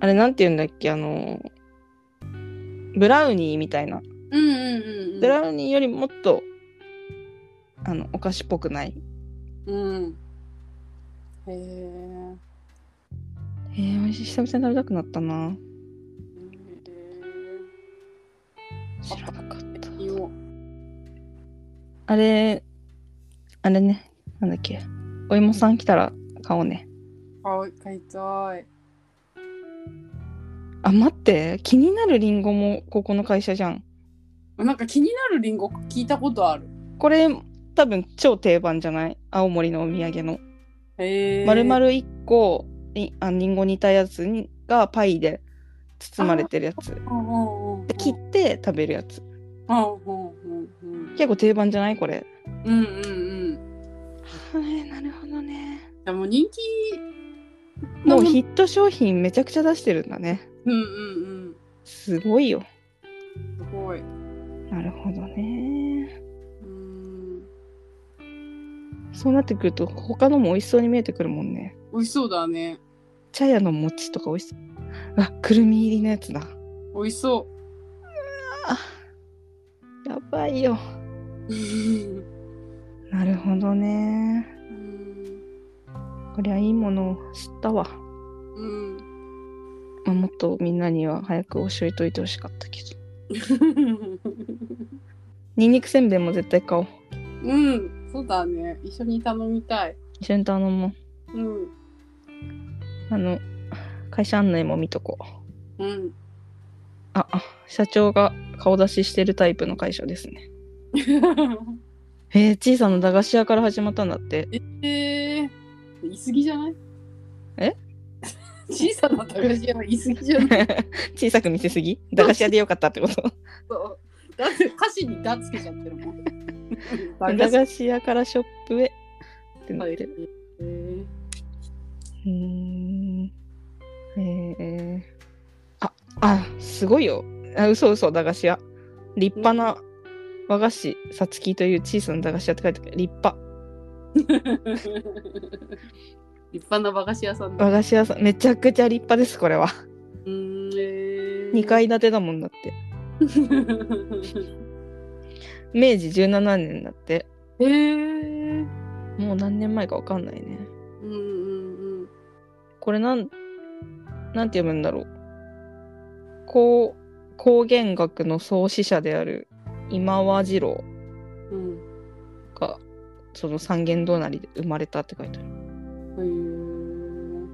S1: あれなんて言うんだっけあのブラウニーみたいな
S2: うんうんうんうん
S1: ブラウニーよりもっとあのお菓子っぽくない
S2: うんへえ
S1: えー、美味しい久々に食べたくなったな知らなかった
S2: いいよ
S1: あれあれねなんだっけお芋さん来たら買おうね
S2: あ買いたい
S1: あ待って気になるりんごもここの会社じゃん
S2: なんか気になるリンゴ聞いたことある
S1: これ多分超定番じゃない青森のお土産の
S2: へえ
S1: 丸々1個りありんご煮たやつにがパイで包まれてるやつ
S2: うんうんうん
S1: で切って食べるやつ
S2: うんうんうんうん
S1: 結構定番じゃないこれ
S2: うんうんうん
S1: はいなるほどね
S2: でも人気
S1: もうヒット商品めちゃくちゃ出してるんだね
S2: うんうん
S1: すごいよ
S2: うんすごい
S1: なるほどね
S2: うん
S1: そうなってくると他のも美味しそうに見えてくるもんね
S2: 美味しそうだね
S1: 茶屋の餅とか美味しそうあくるみ入りのやつだ
S2: 美味しそ
S1: やばいよ
S2: ううん
S1: なるほどねこりゃいいものを知ったわ、
S2: うん
S1: まあ、もっとみんなには早く教えといてほしかったけどニンニクせんべいも絶対買おう
S2: うん、そうだね。一緒に頼みたい。
S1: 一緒に頼もう
S2: うん、
S1: あの会社案内も見とこう
S2: うん。
S1: ああ社長が顔出ししてるタイプの会社ですねえー、小さな駄菓子屋から始まったんだって
S2: えー、言い過ぎじゃない
S1: え
S2: 小さな駄菓子屋は言い過ぎじゃない
S1: 小さく見せすぎ駄菓子屋でよかったってこと
S2: そうだって歌詞に「だ」つけちゃってるもん。駄
S1: 駄
S2: 菓子
S1: 菓子屋からショップへってなって る、
S2: えー
S1: うーんえー、ああすごいよあ嘘嘘駄菓子屋立派な和菓子さつきという小さな駄菓子屋って書いてあるけど立派
S2: 立派な和菓子屋さん
S1: 和
S2: だ。
S1: 菓子屋さんめちゃくちゃ立派ですこれは
S2: うーん、 えー、
S1: 2階建てだもんだって明治17年だって
S2: えー、
S1: もう何年前かわかんないね
S2: うんうんうん。
S1: これなんなんて読むんだろう高高原学の創始者である今和次郎
S2: うん
S1: がその三元隣で生まれたって書いてある
S2: へー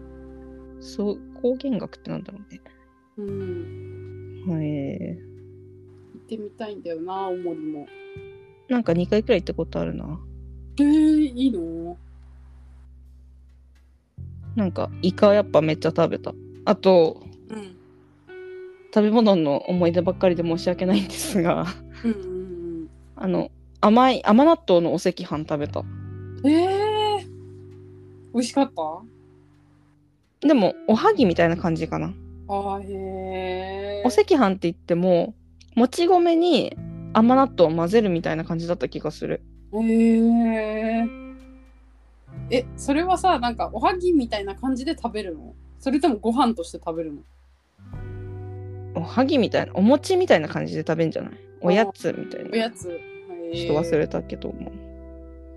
S1: そう高原学ってなんだろうね
S2: うん、
S1: はい
S2: 行ってみたいんだよな、青森も。
S1: なんか2回くらい行ったことあるな
S2: えー、いいの
S1: なんかイカやっぱめっちゃ食べたあと
S2: うん。
S1: 食べ物の思い出ばっかりで申し訳ないんですが
S2: うんうん
S1: あの甘い甘納豆のお赤飯食べた
S2: うん。えー、美味しかったあ
S1: でもおはぎみたいな感じかな
S2: ーへー。
S1: お赤飯って言ってももち米に甘納豆を混ぜるみたいな感じだった気がする
S2: へえ。え、それはさ、なんかおはぎみたいな感じで食べるのそれともご飯として食べるの
S1: おはぎみたいなお餅みたいな感じで食べんじゃないおやつみたい
S2: おや
S1: な
S2: つ。
S1: ちょっと忘
S2: れ。
S1: れたけども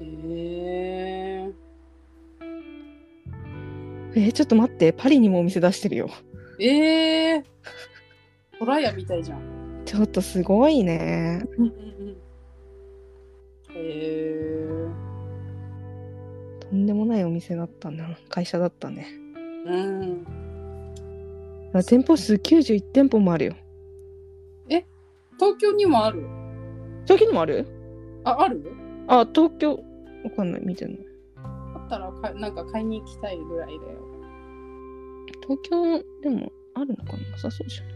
S2: へー
S1: えーちょっと待ってパリにもお店出してるよ
S2: えー。トラヤみたいじゃん。
S1: ちょっとすごいね
S2: へえ。
S1: とんでもないお店だったな会社だったね
S2: うん。
S1: あ店舗数91店舗もあるよ
S2: 東京にもある
S1: 東京にもある
S2: あ、ある
S1: あ東京わかんない見てない
S2: あったらか、なんか買いに行きたいぐらいだよ。
S1: 東京でもあるのかななさそうじゃん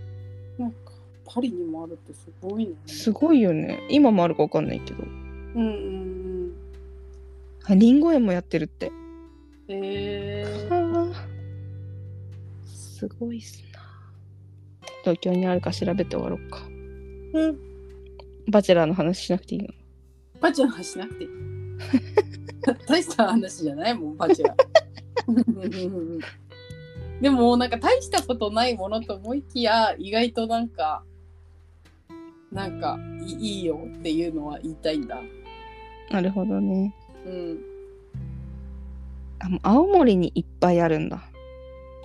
S2: なんか、パリにもあるってすごいね。
S1: すごいよね今もあるかわかんないけど
S2: うんうん
S1: あリンゴ園もやってるって
S2: うん。へえ。
S1: はあすごいっすな東京にあるか調べて終わろうか
S2: うん。
S1: バチェラーの話しなくていいの
S2: バチェラーしな くていい。大した話じゃないもん、バチェラー。 でも、なんか大したことないものと思いきや、意外となんか、なんかいいいいよっていうのは言いたいんだ。
S1: なるほどね
S2: うん。
S1: あもう青森にいっぱいあるんだ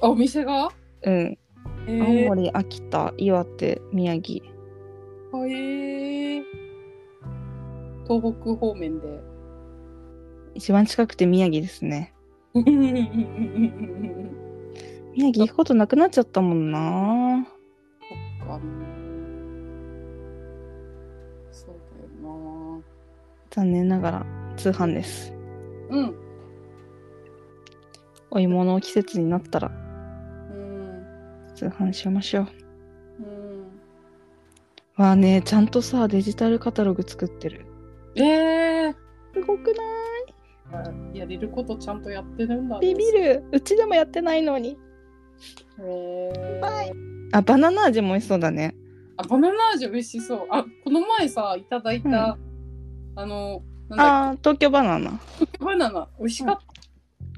S2: あお店が
S1: うん
S2: え
S1: 青
S2: ー、
S1: 森秋田岩手宮城
S2: えー東北方面で。
S1: 一番近くて宮城ですね宮城行くことなくなっちゃったもんな
S2: あのそうだよ
S1: 残念ながら通販です
S2: な。うん。
S1: お芋の季節になったら
S2: うん
S1: 通販しましょう
S2: うん
S1: わあねちゃんとさデジタルカタログ作ってる
S2: え
S1: すごくな
S2: ー、やれることちゃんとやってるんだ、
S1: いビビ。るうちでもやってないのに
S2: えー、
S1: あバナナ味も美味しそうだね
S2: あバナナ味美味しそう。あこの前さいただいた、あのなんだっ
S1: あー東京バナナ
S2: けバナナ美味しかった。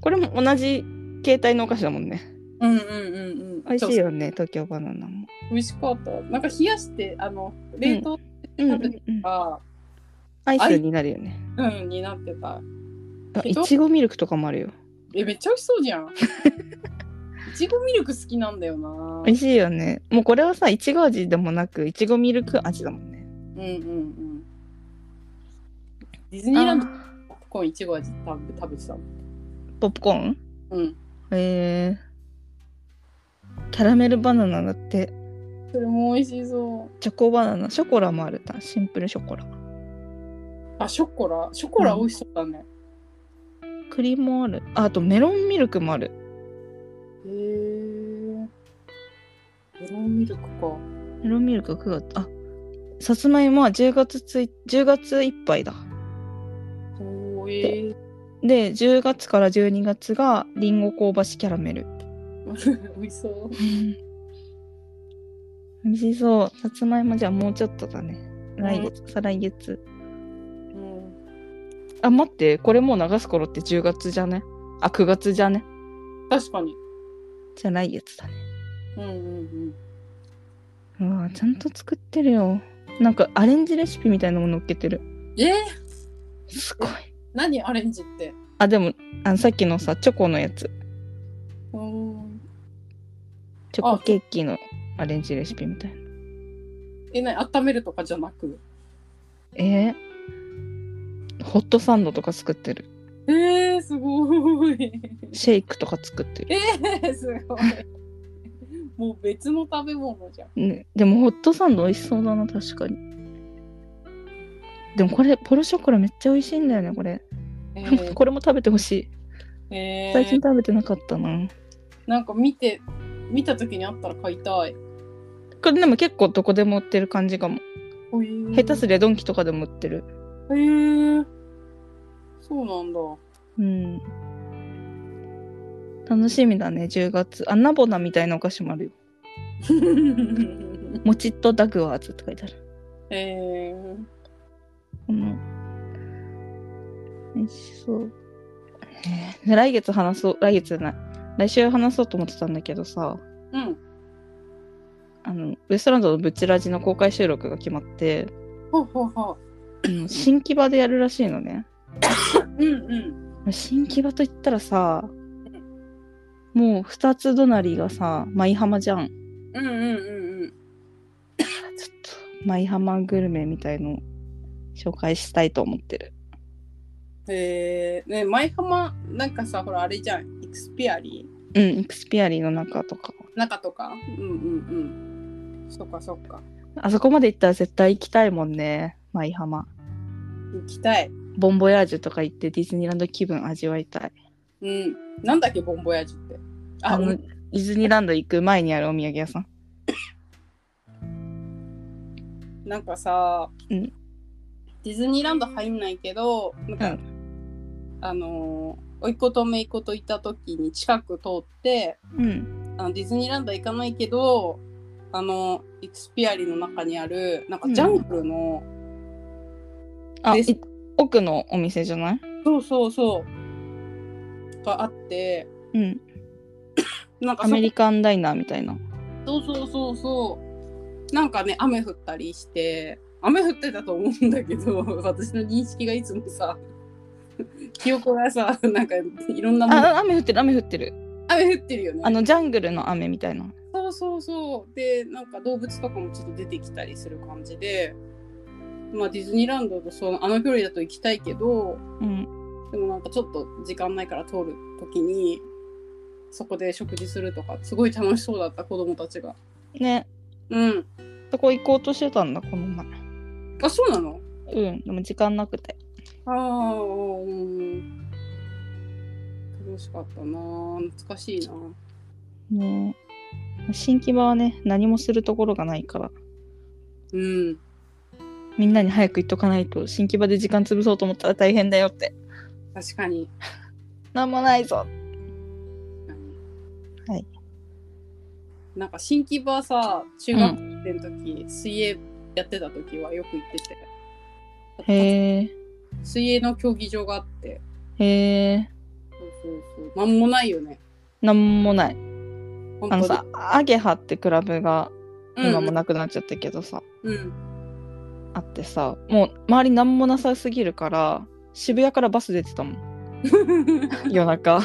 S1: これも同じ携帯のお菓子だもんね
S2: うんうんうんうん。
S1: 美味しい
S2: そう
S1: よね東京バナナも
S2: 美味しかった。なんか冷やしてあの冷凍して
S1: うんう
S2: 食
S1: ん
S2: べた
S1: うん
S2: ら、
S1: アイスになるよね
S2: うん、になってた。
S1: あ
S2: け
S1: い
S2: ど
S1: ちごミルクとかもあるよ
S2: えめっちゃ美味しそうじゃん。いちごミルク好きなんだよな。
S1: 美味しいよねもうこれはさいちご味でもなくいちごミルク味だもんね
S2: うんうんうん。ディズニーランドポップコーンいちご味食べ食べてたもん。
S1: ポップコーン
S2: うん。
S1: へえキャラメルバナナだって
S2: それも美味しそ
S1: チョコバナナショコラもあるなシンプルショコラ
S2: う。あ、ショコラショコラ美味しそうだね。
S1: 栗もあるああとメロンミルクもある
S2: へえ。メロンミルクか。
S1: メロンミルクは9月あさつまいもは10月つい10月いっぱいだ
S2: おーえ
S1: で10月から12月がリンゴ香ばしキャラメル
S2: ー、 美味しそう。
S1: 美味しそうさつまいもじゃあもうちょっとだね来月、再来月。
S2: うん、
S1: あ、待って、これもう流す頃って10月じゃねあ、9月じゃね
S2: 確かに。
S1: じゃあ来月だね。
S2: うんうん
S1: うわちゃんと作ってるよ。なんかアレンジレシピみたいなもの載っけてる。
S2: うん。えー、
S1: すごい。
S2: 何アレンジって。
S1: あ、でも、あのさっきのさ、チョコのやつ。
S2: うん。
S1: チョコケーキのアレンジレシピみたいな。
S2: え、なに温めるとかじゃなく。
S1: えーホットサンドとか作ってる。
S2: えー、すごい。
S1: シェイクとか作ってる。
S2: えー、すご い。もう別の食べ物じゃん。
S1: ね、でもホットサンド美味しそうだな確かにでもこれポルショコラめっちゃ美味しいんだよねこれ、
S2: えー
S1: これも食べてほしい
S2: え
S1: 最近
S2: ー、
S1: 食べてなかったな
S2: なんか見て、見た時にあったら買いたい。
S1: これでも結構どこでも売ってる感じかも、下手す
S2: り
S1: りゃドンキとかでも売ってる
S2: へー、そうなん だ。
S1: うん楽しみだね10月あナボナみたいなお菓子もあるよもちっとダグワーズって書いてある
S2: えー、
S1: この美味しそう。えー来月話そう、来月じゃない。来週話そうと思ってたんだけどさ、
S2: うん。
S1: あの、ウエストランドのブチラジの公開収録が決まって、
S2: ほうほうほ
S1: あの新木場でやるらしいのね。
S2: う。うんうん。
S1: 新木場といったらさ、もう二つ隣がさ、舞浜じゃん。
S2: うんうんうんうん。
S1: ちょっと、舞浜グルメみたいの紹介したいと思ってる。
S2: えー、ね舞浜なんかさほらあれじゃんエクスピアリー
S1: うん、イクスピアリーの中とか。
S2: 中とかうんうんうんそっかそっか
S1: あそこまで行ったら絶対行きたいもんね、舞浜。
S2: 行きたい
S1: ボンボヤージュとか行ってディズニーランド気分味わいたい。
S2: うんなんだっけボンボヤージュってあ
S1: あの、
S2: うん
S1: ディズニーランド行く前にあるお土産屋さん。
S2: なんかさ、
S1: うん
S2: ディズニーランド入んないけどなんか、
S1: うん
S2: あのー甥っ子と姪っ子といた時に近く通って
S1: うん。
S2: あのディズニーランド行かないけどあのエクスピアリの中にあるなんかジャングルの、
S1: あ、
S2: です
S1: い奥のお店じゃない
S2: そうそうそうがあって
S1: うん。
S2: なんか
S1: ア
S2: そ
S1: メリカンダイナーみたいな。
S2: そうそうそうそうなんかね雨降ったりして雨降ってたと思うんだけど 私の認識がいつもさ 記憶がさなんかいろんなもの
S1: あ、雨降ってる、雨降ってる。
S2: 雨降ってるよね
S1: あの、ジャングルの雨みたいな。
S2: そうそうそうでなんか動物とかもちょっと出てきたりする感じでまあディズニーランドとそのあの距離だと行きたいけど
S1: うん。
S2: でもなんかちょっと時間ないから通る時にそこで食事するとかすごい楽しそうだった子供たちが
S1: ね。
S2: うん
S1: そこ行こうとしてたんだ、この前。
S2: あそうなの
S1: うん。でも時間なくて。
S2: ああ、うん。楽しかったなあ。懐かしいな。
S1: ね新木場はね、何もするところがないから、
S2: うん。
S1: みんなに早く行っとかないと、新木場で時間潰そうと思ったら大変だよって。
S2: 確かに。
S1: なんもないぞ。はい。
S2: なんか新木場さ、中学生の時、水泳やってた時はよく行ってて。
S1: へえ。
S2: 水泳の競技場があって。
S1: へえ。
S2: そうそうそう。なんもないよね。
S1: なんもない。
S2: 本
S1: あの
S2: 当
S1: さ、アゲハってクラブが
S2: に
S1: 今もなくなっちゃったけどさ、
S2: うんうん。
S1: あってさ、もう周りなんもなさすぎるから、渋谷からバス出てたもん、
S2: うん。
S1: 夜中。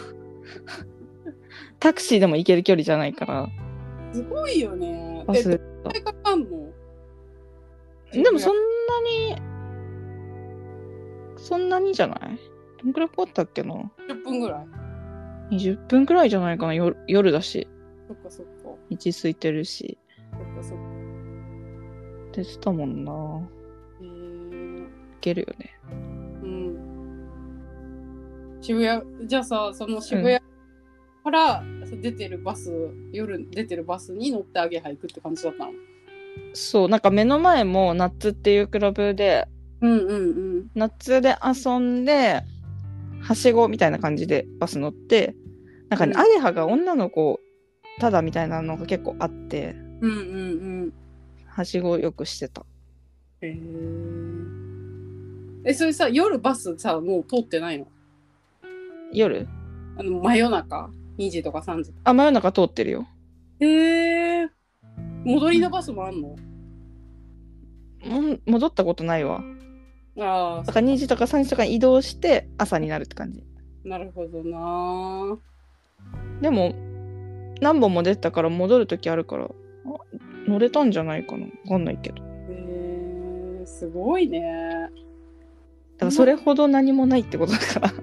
S1: タクシーでも行ける距離じゃないから、
S2: すごいよね。
S1: バ
S2: え、
S1: ス
S2: どれ
S1: で。
S2: くらいかかんの
S1: でもそん
S2: ん
S1: なに、そんなにじゃないどんくらいかかったっけな
S2: ?10 分ぐらい。
S1: ?20 分くらいじゃないかな夜夜だし、
S2: そっかそっか。
S1: 道空いてるし。
S2: そっかそっか。
S1: 出てたもんな。行
S2: へー
S1: けるよね。
S2: うん渋谷じゃあさその渋谷からそう出てるバス、夜出てるバスに乗ってあげは行くって感じだったの
S1: そう、なんか目の前もナッツっていうクラブで、
S2: うんうん
S1: 夏で遊んではしごみたいな感じでバス乗ってなんかね、
S2: うん
S1: アゲハが女の子ただみたいなのが結構あって
S2: うんうんうんうん
S1: はしごをよくしてた
S2: へへえ。え、それさ、夜バスさ、もう通ってないの
S1: 夜
S2: あの真夜中、2時とか3時。
S1: あ真夜中通ってるよ
S2: へえ。戻りのバスもあんの、
S1: もん戻ったことないわ
S2: ああ、
S1: だから2時とか3時とかに移動して朝になるって感じ
S2: なるほどな。
S1: でも何本も出てたから戻る時あるからあ乗れたんじゃないかな分かんないけどだ
S2: へえ、すごいね。
S1: からそれほど何もないってことだから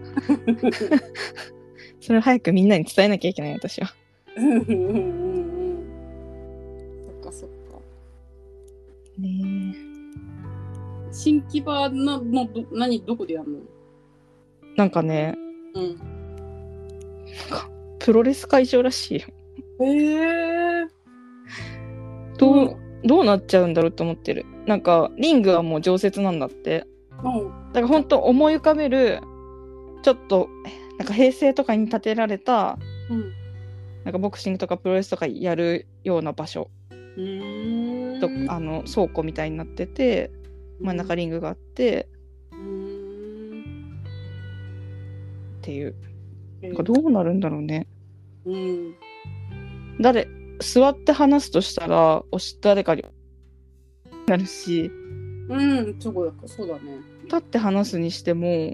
S1: それを早くみんなに伝えなきゃいけない私は
S2: うんうんうんうん。そっかそっか。
S1: ねえ
S2: 新木場なのど何どこでやるの
S1: なんかね
S2: うん。
S1: プロレス会場らしいよ
S2: へえ。
S1: どう,、どうなっちゃうんだろうと思ってるなんかリングはもう常設なんだって
S2: うん。
S1: だから本当思い浮かべるちょっとなんか平成とかに建てられた
S2: うん。
S1: なんかボクシングとかプロレスとかやるような場所
S2: うーん。
S1: とあの倉庫みたいになってて真ん中リングがあって
S2: うーん。
S1: っていう
S2: え
S1: なんかどうなるんだろうね
S2: うん。
S1: 誰座って話すとしたらおし誰かになるし
S2: うん、そうだそうだね。
S1: 立って話すにしても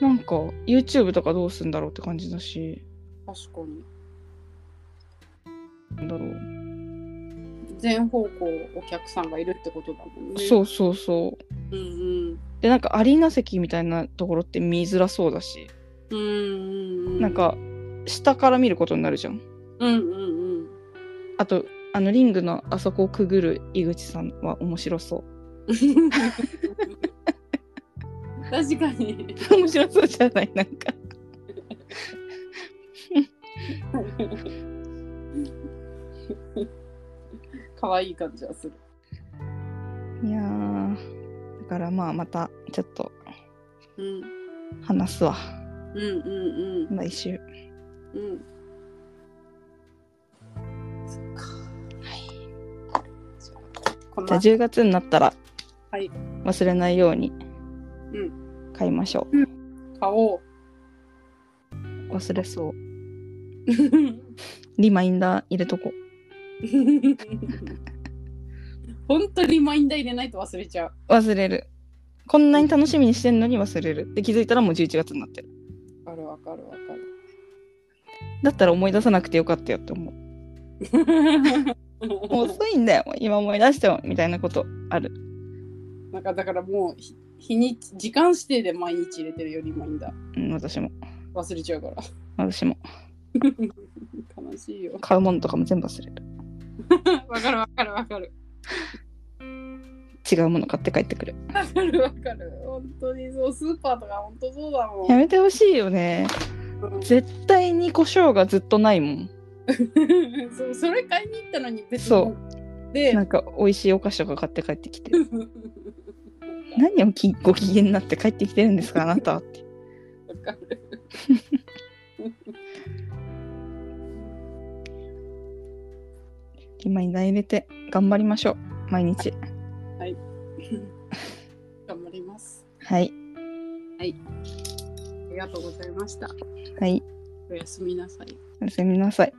S1: なんか YouTube とかどうすんだろうって感じだし
S2: 確かに。
S1: なんだろう
S2: 全方向お客さんがいるってことだもんね。
S1: そうそうそう
S2: うんうん。
S1: でなんかアリーナ席みたいなところって見づらそうだし
S2: うんうんうん。
S1: なん。か下から見ることになるじゃん
S2: うんうんうん。
S1: あとあのリングのあそこをくぐる井口さんは面白そう
S2: 確かに。
S1: 面白そうじゃないなんか
S2: 可愛い感じはする。
S1: いやーだからまあまたちょっと
S2: うん。
S1: 話すわ
S2: うんうん
S1: 来週
S2: うん。うん。そっか。はい。こん
S1: じゃ
S2: な
S1: あ10月になったら
S2: はい
S1: 忘れないように
S2: う
S1: 買いましょ
S2: 顔。
S1: う忘れそうリマインダー入れとこ
S2: 本当にリマインダー入れないと忘れちゃう。
S1: う忘れるこんなに楽しみにしてんのに忘れるで気づいたらもう11月になってる
S2: わかるわかるわかる。
S1: だったら思い出さなくてよかったよって思うもう遅いんだよ今思い出してもみたいなことある
S2: なんかだからもう日日にち時間指定で毎日入れてるよリマインダー
S1: うん私も
S2: 忘れちゃうから
S1: 私も
S2: 悲しいよ
S1: 買うものとかも全部忘れる
S2: わかるわかるわかる
S1: 違うもの買って帰ってくる
S2: わかるわかる本当にそうスーパーとか本当そうだも
S1: や
S2: ん
S1: めてほしいよね絶対に胡椒がずっとないもん
S2: うん そうそれ買いに行ったのに別に
S1: そ
S2: で
S1: なんか美味しいお菓子とか買って帰ってきて
S2: な
S1: 何をきご機嫌になって帰ってきてるんですかあなたはって
S2: わかる
S1: 今に入れて頑張りましょう毎日
S2: 頑張ります
S1: はい
S2: ありがとうございました
S1: はい
S2: おやすみなさい
S1: おやすみなさい